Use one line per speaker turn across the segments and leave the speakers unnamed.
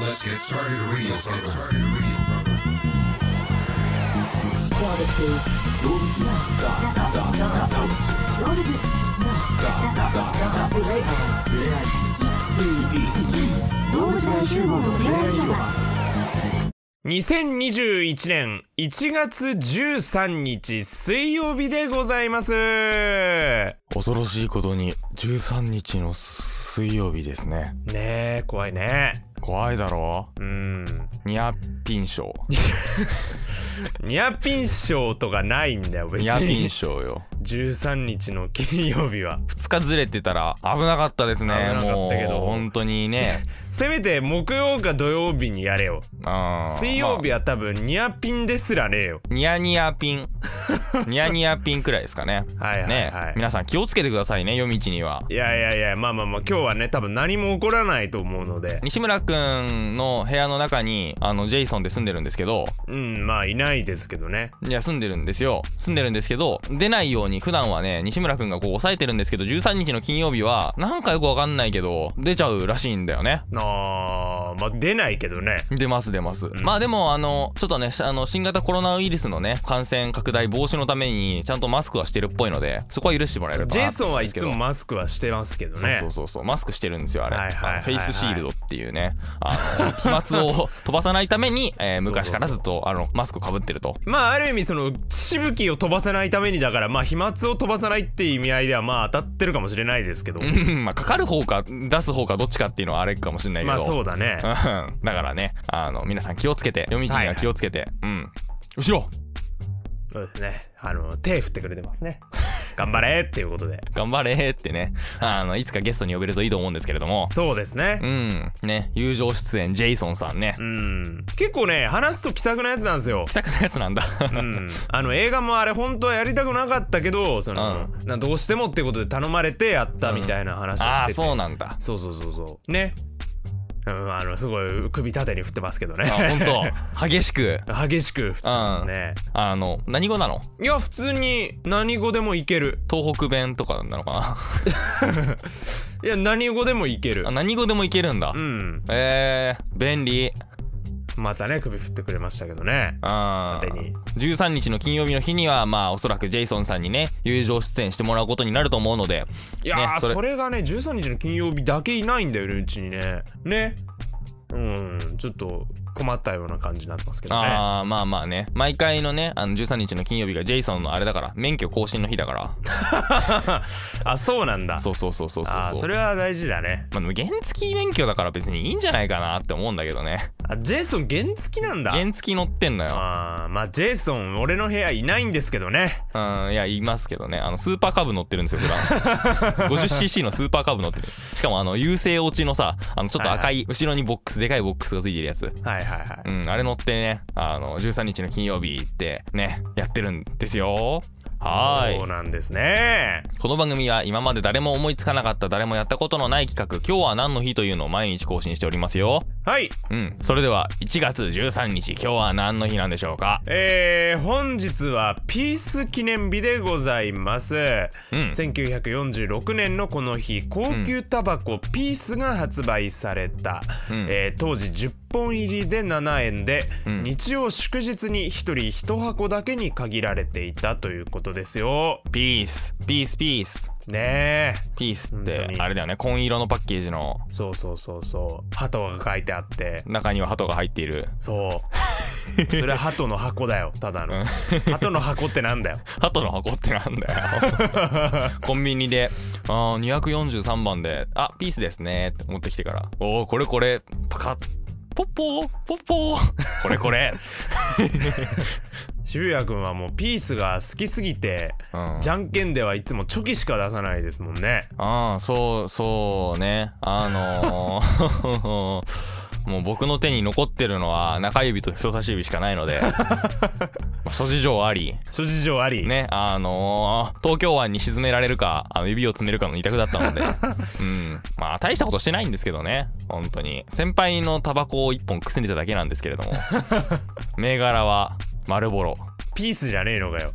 Let's get started radio get started radio
「2021年1月13日水曜日」でございますね
恐ろしいことに13日の水曜日ですね
え怖いね
怖いだろ
うん
ニャッピン賞
ニアピン賞とかないんだよ別
ニャッピ
に
ン賞よ
13日の金曜日は
2日ずれてたら危なかったですね
危なかったけど
もう本当に ね
せめて木曜か土曜日にやれよ
うん
水曜日
まあ
は多分ニアピンですらねえよ
ニヤニヤピ ンニヤニヤピンくらいですかね
はいはい
ね
はい、
皆さん気をつけてくださいね夜道にはい
やいやいやまあまあまあ今日はね多分何も起こらないと思うので
西村くんの部屋の中にあのジェイソンで住んでるんですけど
うんまあいないですけどね
いや住んでるんですよ住んでるんですけど出ないように普段はね西村くんがこう抑えてるんですけど13日の金曜日はなんかよくわかんないけど出ちゃうらしいんだよね
あーまあ出ないけどね
出ます出ます、まあでもあのちょっとねあの新型コロナウイルスのね感染拡大防止のためにちゃんとマスクはしてるっぽいのでそこは許してもらえるかな
ジェイソンはい
と
つも
思うんで
マスクはしてますけど
すけど
ね
そうそうそうそうマスクしてるんですよあれ、
はいはいはいはい
あのフェイスシールドっていうねあの飛沫を飛ばさないために、え ー昔からずっとあのマスクをかぶってると
まあある意味そのしぶきを飛ばさないためにだからまあ飛沫を飛ばさないっていう意味合いではまあ当たってるかもしれないですけど
うんまあかかる方か出す方かどっちかっていうのはあれかもしれないけど
まあそうだね
うんだからねあの皆さん気をつけて夜道には気をつけて、うん後ろ
そうですねあの手振ってくれてますね頑張れっていうことで
頑張れーってねあのいつかゲストに呼べるといいと思うんですけれども
そうですね
うんね友情出演ジェイソンさんね
うん結構ね話すと気さくなやつなんですよ
気さくなやつなんだ
うん、あの映画もあれ本当はやりたくなかったけどその、などうしてもってことで頼まれてやったみたいな話を
あ
し
あ
てて、
そうなんだ
そうそうそうそうね、うん、あのすごい首縦に振ってますけどね
あ本 当激しく
激しく振ってますね、
あの何語なの
いや普通に何語でもいける
東北弁とかなのか
いや何語でもいける
な あ何語でもいけるんだ、
うん
えー、便利
またね首振ってくれましたけどね
あ
手に
13日の金曜日の日にはまあおそらくジェイソンさんにね友情出演してもらうことになると思うので
いやー
ね
そ
そ
れ
れ
がね13日の金曜日だけいないんだよねうちにねねうんちょっと困ったような感じになってますけどね
ああまあまあね毎回のねあの13日の金曜日がジェイソンのあれだから免許更新の日だから
あそうなんだ
そうそうそうそうそう
あー
う
それは大事だね
まあでも原付き免許だから別にいいんじゃないかなって思うんだけどね
あジェイソン原付きなんだ
原付き乗ってんのよ
あーまあジェイソン俺の部屋いないんですけどね
うんいやいますけどねあのスーパーカブ乗ってるんですよ普段 50cc のスーパーカブ乗ってるしかもあの優勢落ちのさあのちょっと赤い後ろにボックスでかいボックスがついてるやつ
はいはいは
う
い
ん、あれ乗ってね、あの、13日の金曜日ってね、やってるんですよ。は
そう
ーい。
なんですね
この番組は今まで誰も思いつかなかった、誰もやったことのない企画、今日は何の日というのを毎日更新しておりますよ。
はい
うん。それでは、1月13日、今日は何の日なんでしょうか
えー本日はピース記念日でございます、
うん。
1946年のこの日高級タバコピースが発売された、
うん
えー当時10本入りで7円で、
うん
日曜祝日に1人1箱だけに限られていたということですよ
ピース、ピース、ピース。
ねえ
ピースっ
本当
て、
に
あれだよね、紺色のパッケージの
そうそうそうそう鳩が書いてあって
中には鳩が入っている。
そうそれは鳩の箱だよただの鳩の箱ってなんだよ
鳩の箱ってなんだよ コンビニであー243番で「あピースですね」って持ってきてから「おおこれこれパカッポッポーポッポーこれこ れ」
渋谷君はもうピースが好きすぎて
うん、
じゃんけんではいつもチョキしか出さないですもんね
ああそうそうねあのー もう僕の手に残ってるのは中指と人差し指しかないの でまあ諸事情あり
諸事情あり、
ねあのー東京湾に沈められるかあの指を詰めるかの二択だった ので、うん、まあ大したことしてないんですけどね本当に先輩のタバコを一本くすねただけなんですけれど も銘柄は丸ボロ
ピースじゃねえのかよ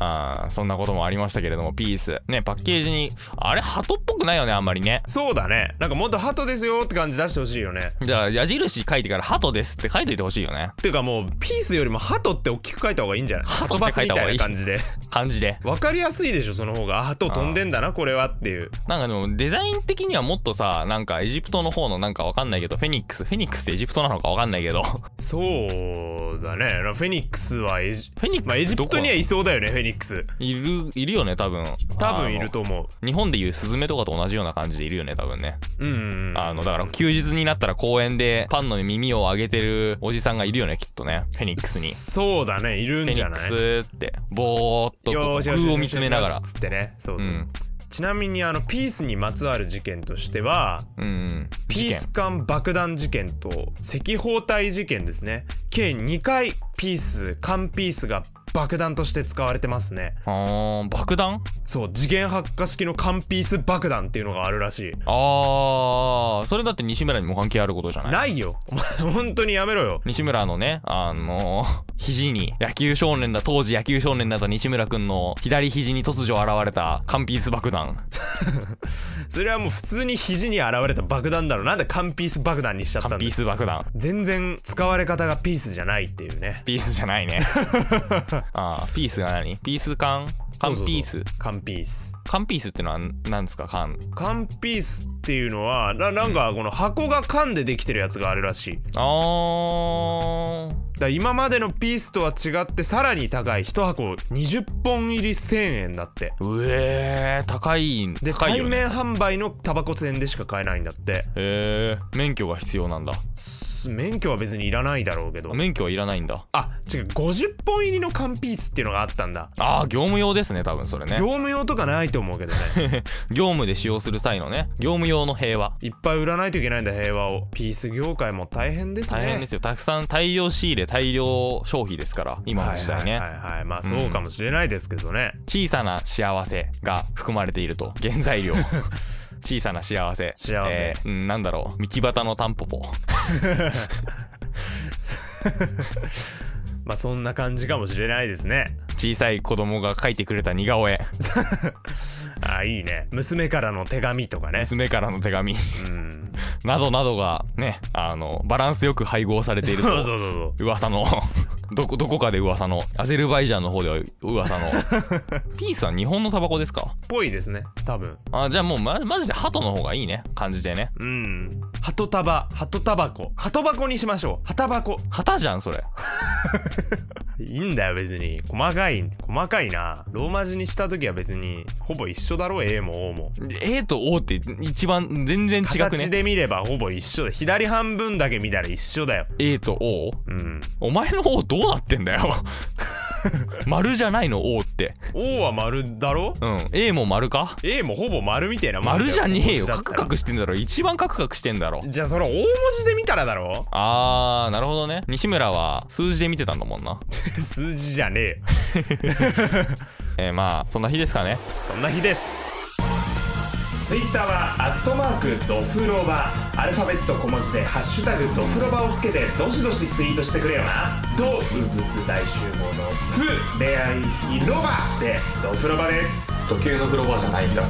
あーそんなこともありましたけれどもピースねパッケージにあれ鳩っぽくないよねあんまりね
そうだねなんかもっとハトですよって感じ出してほしいよね
じゃあ矢印書いてから鳩ですって書いといてほしいよね
っていうかもうピースよりもハトって大きく書いた方がいいんじゃない
ハト
飛
っ
ば
て
す
書いた
み
方
た
がい
い
い
な感じで
漢字で
分かりやすいでしょその方があハト飛んでんだなこれはっていう
なんかでもデザイン的にはもっとさなんかエジプトの方のなんかわかんないけどフェニックスフェニックスってエジプトなのかわかんないけど フ
そうだねフェニックスはエジ,、
ェニック
まあ、
ス
エ
って
ジ
ど
プ
こ
トにはいそうだよねフェニックス
いるいるよね多分
多分いると思う
あの日本でいうスズメとかと同じような感じでいるよね多分ね
うんうんうん
あのだから休日になったら公園でパンの耳を上げてるおじさんがいるよねきっとねフェニックスに
そうだねいる
フ
ん
ェニ
じ
ッ
ゃ
ク
ない
スってぼーっとこ
よ
う
ーしよしよしよし
空を見つめながら
つってねそうそうそう、
うん
ちなみにあのピースにまつわる事件としては
うんうん事
ピー
件
ス艦爆弾事件と赤包帯事件ですね計2回ピース缶ピースが爆弾として使われてますね
あー爆弾
そう次元発火式の缶ピース爆弾っていうのがあるらしい
あーそれだって西村にも関係あることじゃない
ないよお前本当にやめろよ
西村のねあの肘に野球少年だ当時野球少年だった西村くんの左肘に突如現れた缶ピース爆弾
それはもう普通に肘に現れた爆弾だろなんで缶ピース爆弾にしちゃった
缶
ん
ピ
だ
ース爆弾
全然使われ方がピースじゃないっていうね
ピースじゃない ねあーピースが何ピース缶缶ピー
そうそう
ス
そう缶ピース
缶ピースってのは何ですか缶
缶ピースっていうのはななんかこの箱が缶でできてるやつがあるらしい
あー
だから今までのピースとは違ってさらに高い1箱20本入り1000円だって
うえー高い
で、
高い
対
よね
面販売のタバコ店でしか買えないんだって
へえ免許が必要なんだ
す免許は別にいらないだろうけど
免許はいらないんだ
あ違う50本入りの缶ピースっていうのがあったんだ
ああ業務用ですね多分それね
業務用とかないと思うけどね
業務で使用する際のね業務用の平和
いっぱい売らないといけないんだ平和をピース業界も大変ですね
大変ですよたくさん大量仕入れ大量消費ですから今の時代ね、
はいはいはいはいまあそうかもしれないですけどね、
小さな幸せが含まれていると原材 料小さな幸せ
幸せ
ーうんなんだろう道端のタンポポ
まあそんな感じかもしれないですね
小さい子供が描いてくれた似顔絵
あいいね娘からの手紙とかね
娘からの手紙
うん
などなどがねあのバランスよく配合されてい
そう
る
そう
と
そうそう
噂の どこどこかで噂のアゼルバイジャンの方では噂 のピースは日本のタバコですか
ぽいですね多分
あじゃあもうまマジで鳩の方がいいね感じでね
うんハトタバハトタバコハトバコにしましょうハタバコ
旗じゃんそれ
いいんだよ別に細かい細かいなローマ字にした時は別にほぼ一緒だろ A も O も
A と O って一番全然違く
形
ね
で見ればほぼ一緒だ左半分だけ見たら一緒だよ
A と O
うん
お前の O どうなってんだ よ丸じゃないの O って
O は丸だろ
うん A も丸か
A もほぼ丸みたいなもんだよ
丸じゃねえよ
こ
カ
っちだ
ク
ったら
カクしてんだろ一番カクカクしてんだろ
じゃあそれ大文字で見たらだろ
あーなるほどね西村は数字で見てたんだもんな
数字じゃねえよ
えー、まあそんな日ですかね
そんな日ですツイッターはアットマークドフロバアルファベット小文字で「ハッシュタグドフロバ」をつけてどしどしツイートしてくれよなドウ物大集合の「フ」恋愛広場でドフロバです
時計の風呂場じゃないんだ